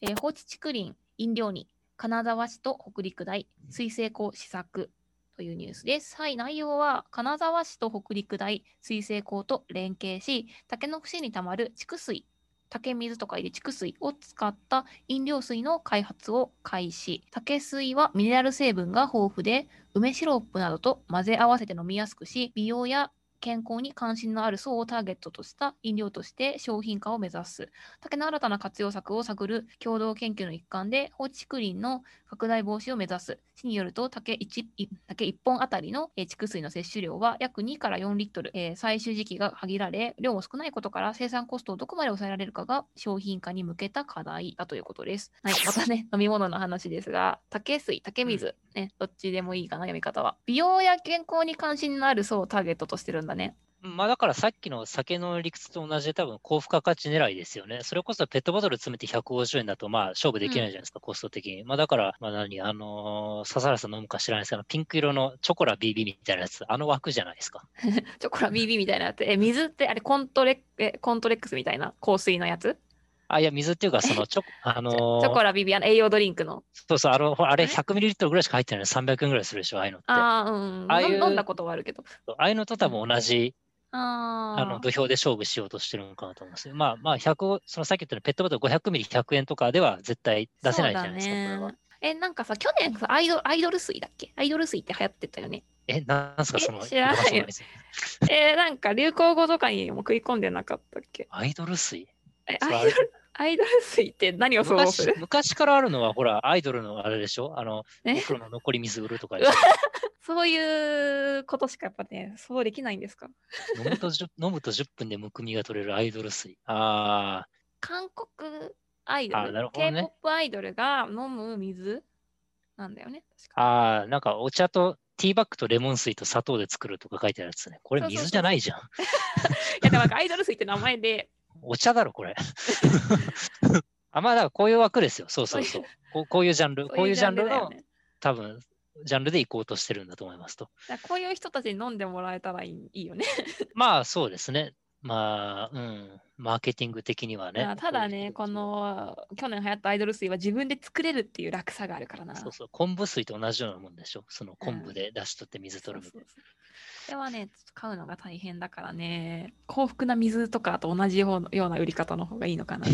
Speaker 1: えー放置竹林飲料に金沢市と北陸大水生湖試作というニュースです。はい、内容は金沢市と北陸大水生港と連携し、竹の節にたまる竹水、竹水とか入れ竹水を使った飲料水の開発を開始。竹水はミネラル成分が豊富で、梅シロップなどと混ぜ合わせて飲みやすくし、美容や健康に関心のある層をターゲットとした飲料として商品化を目指す竹の新たな活用策を探る共同研究の一環で放置竹林の拡大防止を目指す。市によると竹 1, 竹1本あたりのえー蓄水の摂取量は約2から4リットル、えー採取時期が限られ、量も少ないことから生産コストをどこまで抑えられるかが商品化に向けた課題だということです。はい、またね、飲み物の話ですが、 竹水、竹水、ね、どっちでもいいかな、読み方は。美容や健康に関心のある層をターゲットとしてるんだね。
Speaker 2: まあだからさっきの酒の理屈と同じで多分高付加価値狙いですよね。それこそペットボトル詰めて150円だとまあ勝負できないじゃないですか、コスト的に。まあだから、まあ何、あのー笹原さん飲むか知らないですけど、ピンク色のチョコラ BB みたいなやつ、あの枠じゃないですか。
Speaker 1: チョコラ BB みたいなやつ。え、水ってあれコントレえコントレックスみたいな香水のやつ
Speaker 2: あ、いや、水っていうか、そのチョコ、あの
Speaker 1: チ
Speaker 2: ー
Speaker 1: ョチョコラ BB、あの栄養ドリンクの。
Speaker 2: そうそう、あの、ほらあれ
Speaker 1: あれ
Speaker 2: 100ml ぐらいしか入ってないのに300円ぐらいするでしょ、ああいうのって。あ
Speaker 1: ああ、うんうん。
Speaker 2: ああいう
Speaker 1: 飲んだことはあるけど。
Speaker 2: あいうのと多分同じ、
Speaker 1: あ
Speaker 2: あの、土俵で勝負しようとしてるのかなと思うんですよまあまあ、100、そのさっき言ったようにペットボトル 500ml100 円とかでは絶対出せないじゃないですか、これは。
Speaker 1: え、なんかさ、去年さアイドル、アイドル水だっけアイドル水って流行ってたよね。
Speaker 2: え、なんすか、
Speaker 1: え
Speaker 2: その、
Speaker 1: 知らないよ
Speaker 2: 読ませやつ
Speaker 1: えーなんか流行語とかにも食い込んでなかったっけ
Speaker 2: アイドル水
Speaker 1: え、
Speaker 2: そ
Speaker 1: アイド
Speaker 2: れあれ
Speaker 1: ル、 アイドル水って何を想像す
Speaker 2: 昔
Speaker 1: る
Speaker 2: 昔からあるのは、ほら、アイドルのあれでしょあの、お
Speaker 1: え
Speaker 2: 風呂の残り水売るとかでしょ
Speaker 1: そういうことしかやっぱね、想像できないんですか
Speaker 2: 飲むとじゅ飲むと10分でむくみが取れるアイドル水。あ
Speaker 1: 韓国アイド
Speaker 2: あな
Speaker 1: ル、
Speaker 2: るほどね
Speaker 1: K-POP アイドルが飲む水なんだよね。確
Speaker 2: ー、
Speaker 1: か
Speaker 2: あー、なんかお茶と、ティーバッグとレモン水と砂糖で作るとか書いてあるやつね。これ
Speaker 1: そうそうそう
Speaker 2: 水じゃないじゃん。
Speaker 1: いや、でもな んかアイドル水って名前で、
Speaker 2: お茶だろ、これ。 あ、まあ、だからこういう枠ですよ。そうそ うそう。こうこういうジャンル、
Speaker 1: そ
Speaker 2: こういうジャンル
Speaker 1: だ
Speaker 2: の
Speaker 1: よ、ね。
Speaker 2: 多分、ジャンルで行こうとしてるんだと思いますと。
Speaker 1: だからこういう人たちに飲んでもらえたらいいいいよね。
Speaker 2: まあそうですね。まあ、うん。マーケティング的にはね
Speaker 1: まあ。ただね、こ
Speaker 2: こういう
Speaker 1: の去年流行ったアイドル水は自分で作れるっていう楽さがあるからな。
Speaker 2: そうそう。昆布水と同じようなもんでしょ。その昆
Speaker 1: うん
Speaker 2: 布で出し取って水取るみた
Speaker 1: そ
Speaker 2: いう
Speaker 1: そうそうではね、ちょっと買うのが大変だからね、幸福な水とかと同じようなような売り方の方がいいのか な。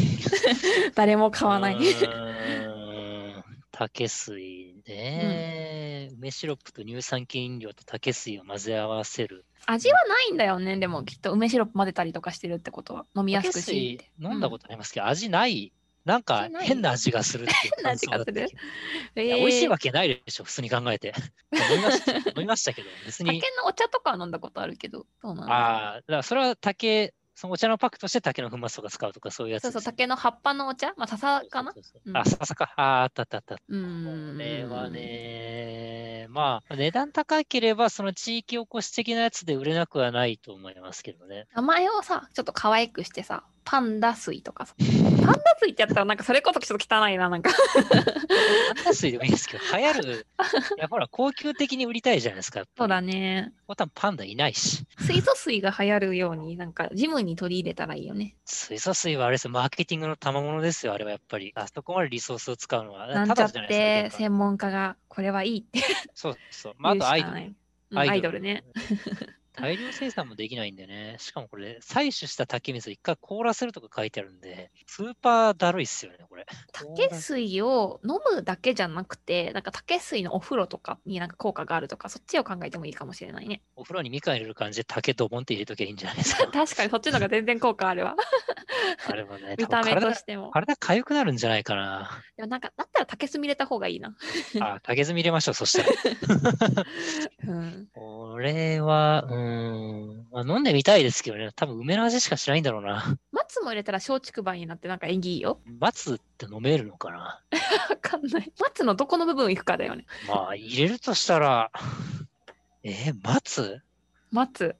Speaker 1: 誰も買
Speaker 2: な。
Speaker 1: わない。
Speaker 2: うーん。竹水ね、梅シロップと乳酸菌飲料と竹水を混ぜ合わせる。
Speaker 1: 味はないんだよね、でもきっと梅シロップ混ぜたりとかしてるってことは飲みやす
Speaker 2: 竹
Speaker 1: くし
Speaker 2: 水。飲んだことありますけど、味ない。なんか
Speaker 1: 味ない
Speaker 2: 変な味がするっていう
Speaker 1: 変な
Speaker 2: 感
Speaker 1: 味
Speaker 2: 想
Speaker 1: が
Speaker 2: だ
Speaker 1: す
Speaker 2: った
Speaker 1: る
Speaker 2: 気が。
Speaker 1: え
Speaker 2: いや美味しいわけないでしょ、普通に考えて。 飲みました飲みましたけど、別
Speaker 1: 竹
Speaker 2: に。
Speaker 1: のお茶とかは飲んだことあるけど、そうなんだ。
Speaker 2: ああ、だからそれは竹、そのお茶のパックとして竹の粉末とか使うとかそういうやつ
Speaker 1: そ
Speaker 2: で
Speaker 1: う
Speaker 2: す
Speaker 1: そ
Speaker 2: ね、
Speaker 1: う、竹の葉っぱのお茶、まあ、笹かな
Speaker 2: そうそうそう
Speaker 1: うん
Speaker 2: あ、笹か。あー、あったあったあった。
Speaker 1: う
Speaker 2: こ
Speaker 1: ん。
Speaker 2: れは。ね、まあ、値段高ければ、その地域おこし的なやつで売れなくはないと思いますけどね。
Speaker 1: 名前をさ、ちょっと可愛くしてさ、パンダ水とかさ。パンダ水ってやったら、なんかそれこそちょっと汚いな、なんか。
Speaker 2: パンダ水でもいいですけど、流行 る、いや、ほら、高級的に売りたいじゃないですか。やっ
Speaker 1: そ
Speaker 2: ぱ
Speaker 1: う
Speaker 2: り
Speaker 1: だね。
Speaker 2: ボタンパンダいないし。
Speaker 1: 水素水が流行るように、なんかジムに取り入れたらいいよね。
Speaker 2: 水素水はあれですよマーケティングの賜物ですよ、あれはやっぱり。あそこまでリソースを使うのは。
Speaker 1: なんちゃっ
Speaker 2: じゃない
Speaker 1: て
Speaker 2: ですか。
Speaker 1: 専門家がこれはいいって言
Speaker 2: そうそう。まあ、あ
Speaker 1: うし
Speaker 2: と
Speaker 1: か
Speaker 2: アイド
Speaker 1: ない。
Speaker 2: ル。
Speaker 1: うんアイドルね。。
Speaker 2: 大量生産もできないんでね。しかもこれ、採取した竹水を一回凍らせるとか書いてあるんで、スーパーだるいっすよね、これ。
Speaker 1: 竹水を飲むだけじゃなくて、なんか竹水のお風呂とかになんか効果があるとか、そっちを考えてもいいかもしれないね。
Speaker 2: お風呂にみかん入れる感じで竹ドボンって入れときゃいいんじゃないですか。
Speaker 1: 確かにそっちの方が全然効果あ るわ。
Speaker 2: あれもね、
Speaker 1: 見
Speaker 2: 多
Speaker 1: た
Speaker 2: 分
Speaker 1: 目と
Speaker 2: 体
Speaker 1: しても。
Speaker 2: 体痒くなるんじゃないかな。
Speaker 1: でもなんか、だったら竹炭入れた方がいいな。
Speaker 2: あ、竹炭入れましょう、そしたら。
Speaker 1: うん。
Speaker 2: これは、うーん、まあ、飲んでみたいですけどね、多分梅の味しかしないんだろうな。
Speaker 1: 松も入れたら松竹梅になってなんか縁起いいよ。
Speaker 2: 松って飲めるのかな
Speaker 1: わかんない。松のどこの部分行くかだよね。
Speaker 2: まあ、入れるとしたら、えー、松
Speaker 1: 松。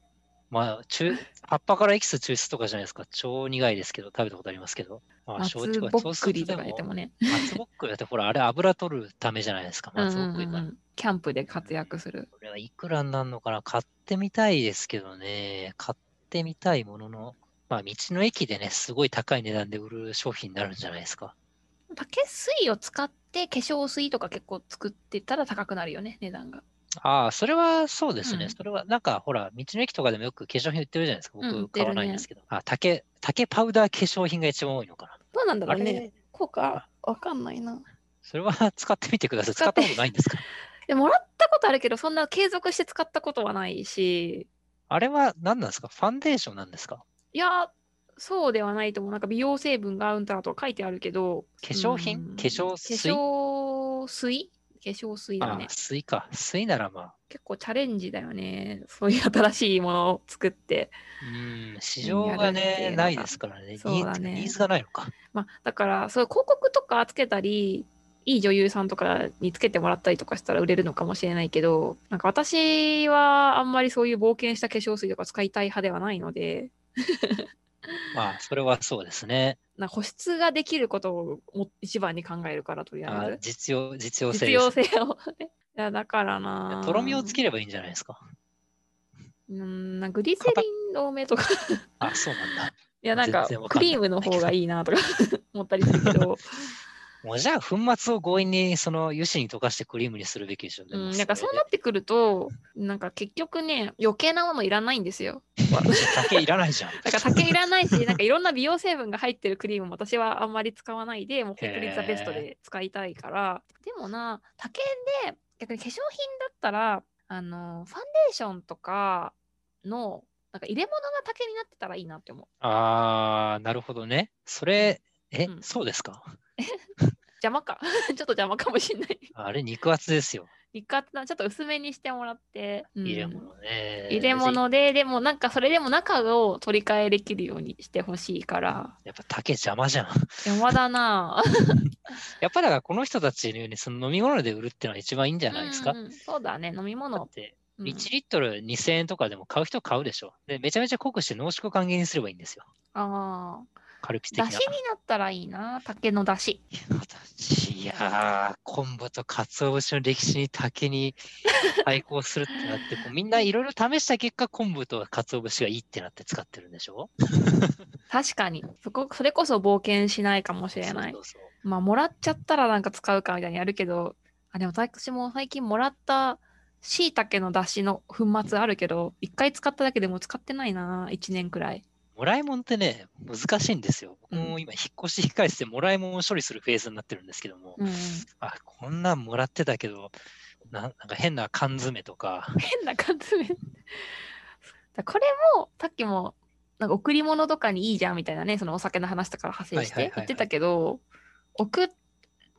Speaker 2: まあ、中葉っぱからエキス抽出とかじゃないですか。超苦いですけど、食べたことありますけど。まあ、
Speaker 1: 松
Speaker 2: 焼酎は
Speaker 1: ぼ
Speaker 2: 調
Speaker 1: っ
Speaker 2: 節
Speaker 1: く
Speaker 2: で
Speaker 1: りとか言って
Speaker 2: も、
Speaker 1: もね。
Speaker 2: 松ぼっくりだって、ほら、あれ油取るためじゃないですか。
Speaker 1: うんう
Speaker 2: 松ぼっ
Speaker 1: ん
Speaker 2: くり
Speaker 1: う
Speaker 2: は。
Speaker 1: ん。キャンプで活躍する。
Speaker 2: これはいくらになるのかな買ってみたいですけどね。買ってみたいものの、まあ、道の駅でね、すごい高い値段で売る商品になるんじゃないですか。
Speaker 1: 竹水を使って化粧水とか結構作ってたら高くなるよね、値段が。
Speaker 2: ああ、それはそうですね。
Speaker 1: うん
Speaker 2: それは、なんか、ほら、道の駅とかでもよく化粧品売ってるじゃないですか。
Speaker 1: うん売
Speaker 2: 僕、
Speaker 1: ってる
Speaker 2: 買わないんですけど。あ、竹、竹パウダー化粧品が一番多いのかな。
Speaker 1: どうなんだろう
Speaker 2: あ
Speaker 1: ね。
Speaker 2: れ
Speaker 1: 効果わかんないな。
Speaker 2: それは使ってみてください。使
Speaker 1: 使
Speaker 2: っ
Speaker 1: ったて
Speaker 2: ことないん ですか
Speaker 1: でもらったことあるけど、そんな継続して使ったことはないし、
Speaker 2: あれは何なんですかファンデーションなんですか
Speaker 1: いや、そうではないと思う。なんか美容成分が合うんだとは書いてあるけど、
Speaker 2: 化粧品
Speaker 1: うん
Speaker 2: 化粧水
Speaker 1: 化粧水化粧水だ
Speaker 2: あ
Speaker 1: ね
Speaker 2: あ、。水か。水ならまあ、
Speaker 1: 結構チャレンジだよね。そういう新しいものを作って。
Speaker 2: うん、市
Speaker 1: うん
Speaker 2: 場
Speaker 1: やる
Speaker 2: が
Speaker 1: っていうの
Speaker 2: ね、
Speaker 1: が
Speaker 2: ないですからね。ニ
Speaker 1: そう
Speaker 2: ー
Speaker 1: だ
Speaker 2: ズ
Speaker 1: ね
Speaker 2: ニーズがないのか。
Speaker 1: まあ、だから、そういう広告とかつけたり、いい女優さんとかにつけてもらったりとかしたら売れるのかもしれないけど、なんか私はあんまりそういう冒険した化粧水とか使いたい派ではないので、
Speaker 2: まあ、それはそうですね。
Speaker 1: なんか保湿ができることをも一番に考えるから、とりあ
Speaker 2: あ
Speaker 1: えず。
Speaker 2: 実用、実用
Speaker 1: 実
Speaker 2: 性です
Speaker 1: 用性を。 いやだからなぁ。
Speaker 2: とろみをつければいいんじゃないですか。
Speaker 1: うん、なんかグリセリン多めとか、
Speaker 2: あ、そうなん
Speaker 1: い
Speaker 2: だ。
Speaker 1: やなんか
Speaker 2: 全然わか
Speaker 1: ク
Speaker 2: んない
Speaker 1: リームの方がいいなとか 思ったりするけど、
Speaker 2: もうじゃあ、粉末を強引にその油脂に溶かしてクリームにするべきでしょうね。
Speaker 1: う
Speaker 2: も
Speaker 1: ん、
Speaker 2: う
Speaker 1: なんかそう
Speaker 2: れ
Speaker 1: なってくると、なんか結局ね、余計なものいらないんですよ。
Speaker 2: で酒いらないじゃん。
Speaker 1: だから竹いらないし、なんかいろんな美容成分が入ってるクリームも私はあんまり使わないで、もう本当にザベストで使いたいから。でもな、竹で逆に化粧品だったら、あの、ファンデーションとかの、なんか入れ物が竹になってたらいいなって思う。
Speaker 2: あー、なるほどね。それ、え、
Speaker 1: うん
Speaker 2: そうですか
Speaker 1: 邪魔か。 ちょっと邪魔かもしんない。
Speaker 2: あれ、肉厚ですよ。
Speaker 1: 一括な、ちょっと薄めにしてもらって。うん
Speaker 2: 入れ物ね。
Speaker 1: 入れ
Speaker 2: 別に。
Speaker 1: 物で、でもなんかそれでも中を取り替えできるようにしてほしいから。
Speaker 2: やっぱ竹邪魔じゃん。
Speaker 1: 邪魔だなぁ。
Speaker 2: やっぱだからこの人たちのようにその飲み物で売るってのは一番いいんじゃないですか。
Speaker 1: うんうんそうだね、飲み
Speaker 2: だ
Speaker 1: 物
Speaker 2: っ。て
Speaker 1: うん
Speaker 2: 1リットル2000円とかでも買う人買うでしょ。で、めちゃめちゃ濃くして濃縮還元にすればいいんですよ。
Speaker 1: ああ。
Speaker 2: カルピス的
Speaker 1: だ
Speaker 2: な
Speaker 1: しに。なったらいいな、竹のだし。
Speaker 2: 私いやー、昆布と鰹節の歴史に 竹に対抗するってなって、こうみんないろいろ試した結果、昆布と鰹節がいいってなって使ってるんでしょ
Speaker 1: 確かに。そこ、それこそ冒険しないかもしれない
Speaker 2: そう。そうそう
Speaker 1: まあ、もらっちゃったらなんか使うかみたいにやるけど、あ、でも私も最近もらった椎茸のだしの粉末あるけど、一回使っただけでもう使ってないな、一年くらい。
Speaker 2: もらいもんってね、難しいんですよ。僕
Speaker 1: うん
Speaker 2: も今、引っ越し控えてて、もらいもんを処理するフェーズになってるんですけども、
Speaker 1: うん、
Speaker 2: あ、こんなんもらってたけど、ななんか変な缶詰とか、
Speaker 1: 変な缶詰。だ これも、さっきも、なんか贈り物とかにいいじゃんみたいなね、そのお酒の話とかから派生し
Speaker 2: は
Speaker 1: て
Speaker 2: いはいはいはい
Speaker 1: 言ってたけど、送っ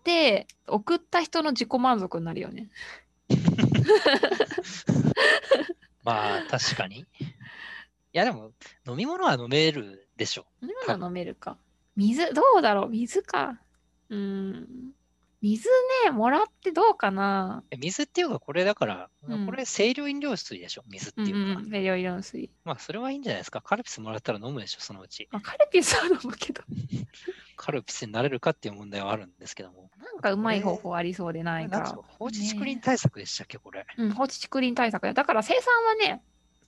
Speaker 1: て、送った人の自己満足になるよね。
Speaker 2: まあ確かに。や、でも、飲み物は飲めるでしょ。
Speaker 1: 飲み物は飲めるか。水、どうだろう水か。うーん。水ね、もらってどうかな。
Speaker 2: え水っていうか、これだから、
Speaker 1: うん
Speaker 2: これ清涼飲料水でしょ、水って
Speaker 1: うん
Speaker 2: いううか。
Speaker 1: ん。メリオイロン水。
Speaker 2: まあ、それはいいんじゃないですか。カルピスもらったら飲むでしょ、そのうち。
Speaker 1: まあ、カルピスは飲むけ ど、
Speaker 2: カルピスになれるかっていう問題はあるんですけども。
Speaker 1: なんかうまい方法ありそうでない
Speaker 2: な
Speaker 1: か
Speaker 2: ん
Speaker 1: ら
Speaker 2: か。放置竹林対策でしたっけ、これ。
Speaker 1: うん、放置竹林対策だ。だから生産はね、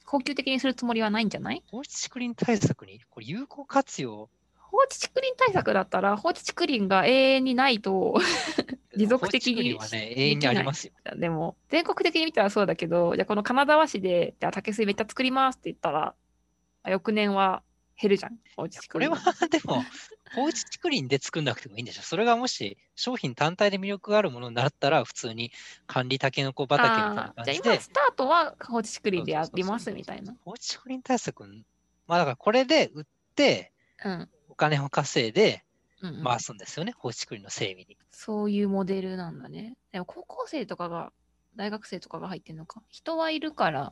Speaker 1: 恒久的にするつもりはないんじゃない
Speaker 2: 放置竹林対策に、これ有効活用。
Speaker 1: 放置竹林対策だったら、放置竹林が永遠にないと、 持続的に
Speaker 2: 放置竹林はね、永遠にありますよ。
Speaker 1: でも、全国的に見たらそうだけど、じゃあこの金沢市で、じゃあ竹水めっちゃ作りますって言ったら、あ翌年は減るじゃん、放置
Speaker 2: いや
Speaker 1: 竹林。
Speaker 2: これは でも、放置竹林で作んなくてもいいんでしょ。それがもし商品単体で魅力があるものになったら、普通に管理タケノコ畑みたいな
Speaker 1: あー
Speaker 2: 感
Speaker 1: じゃあ
Speaker 2: じ
Speaker 1: 今
Speaker 2: で。
Speaker 1: スタートは放置竹林でやりますみたいな。
Speaker 2: 放置竹林対策、まあだからこれで売って、
Speaker 1: うん。
Speaker 2: お金を稼いで
Speaker 1: うんうん
Speaker 2: 回すんですよね、放置竹林の整備に。
Speaker 1: そういうモデルなんだね。でも高校生とかが、大学生とかが入ってるのか。人はいるから、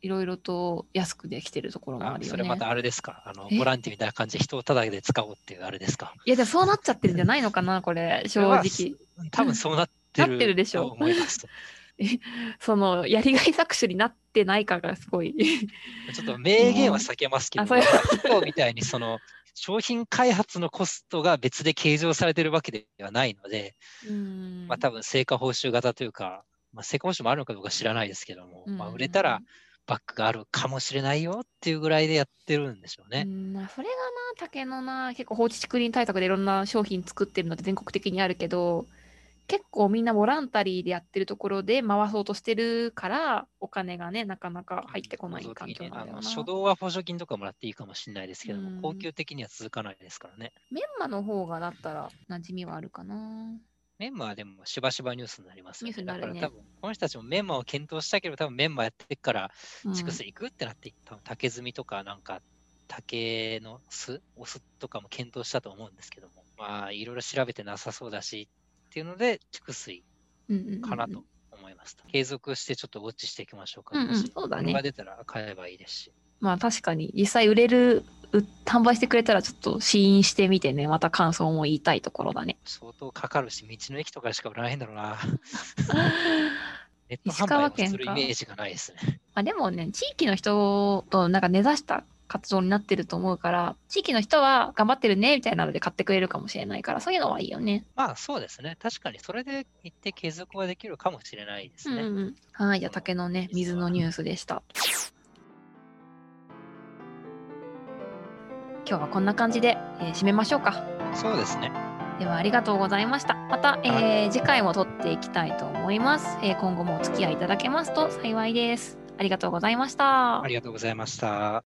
Speaker 1: いろいろと安くできてるところもあ
Speaker 2: あ
Speaker 1: るよ
Speaker 2: そ
Speaker 1: ね
Speaker 2: れ。またあれですかあの
Speaker 1: え
Speaker 2: ボランティアみたいな感じで人をただで使おうっていうあれですか
Speaker 1: いや、でもそうなっちゃってるんじゃないのか な、これ、正
Speaker 2: は
Speaker 1: 直。
Speaker 2: 多分そうなってる
Speaker 1: なってるでしょ
Speaker 2: と思います。
Speaker 1: その、やりがい搾取になってないかがすごい。
Speaker 2: ちょっと名言は避けますけど、
Speaker 1: あそういう
Speaker 2: 今日みたいにその商品開発のコストが別で計上されてるわけではないので、
Speaker 1: うん
Speaker 2: まあ多分成果報酬型というか、まあ、成果報酬もあるのかどうか知らないですけども、まあ、売れたらバックがあるかもしれないよっていうぐらいでやってるんでしょう
Speaker 1: う
Speaker 2: ね。
Speaker 1: んまあ、それがな竹のな結構放置竹林対策でいろんな商品作ってるのって全国的にあるけど結構みんなボランタリーでやってるところで回そうとしてるからお金がねなかなか入ってこない環境なんだよ
Speaker 2: あの
Speaker 1: な
Speaker 2: 初動は補助金とかもらっていいかもしれないですけど
Speaker 1: うん
Speaker 2: も、恒久的には続かないですからね。
Speaker 1: メンマの方がだったら馴染みはあるかな
Speaker 2: メンマはでもしばしばニュースになりますよ
Speaker 1: ニュースにな
Speaker 2: だか
Speaker 1: るね
Speaker 2: ら多分この人たちもメンマを検討したけど多分メンマやってっから
Speaker 1: うん
Speaker 2: 畜生行くってなって、多分竹炭とかなんか竹の酢お酢とかも検討したと思うんですけどもまあいろいろ調べてなさそうだしっていうので畜水
Speaker 1: うんうんうんうん
Speaker 2: かなと思いますと、継続してちょっとウォッチしていきましょうか、
Speaker 1: うんうん
Speaker 2: もし
Speaker 1: そうだね
Speaker 2: これが出たら買えばいいですし
Speaker 1: まあ確かに実際売れるう販売してくれたらちょっと試飲してみてねまた感想も言いたいところ だね
Speaker 2: 相当かかるし道の駅とかでしか売らないんだろうなネット
Speaker 1: 石
Speaker 2: 販
Speaker 1: 川
Speaker 2: 売
Speaker 1: 県
Speaker 2: を
Speaker 1: か
Speaker 2: するイメージがないですね
Speaker 1: まあ、でもね、地域の人となんか根ざした活動になってると思うから、地域の人は頑張ってるねみたいなので買ってくれるかもしれないから、そういうのはいいよね。
Speaker 2: まあそうですね。確かにそれで一定継続はできるかもしれないですね。
Speaker 1: うんうん、はい、じゃあ竹のね、水のニュースでした。今日はこんな感じで、えー締めましょうか。
Speaker 2: そうですね。
Speaker 1: ではありがとうございました。また、えー次回も撮っていきたいと思います、えー今後もお付き合いいただけますと幸いです。ありがとうございました。
Speaker 2: ありがとうございました。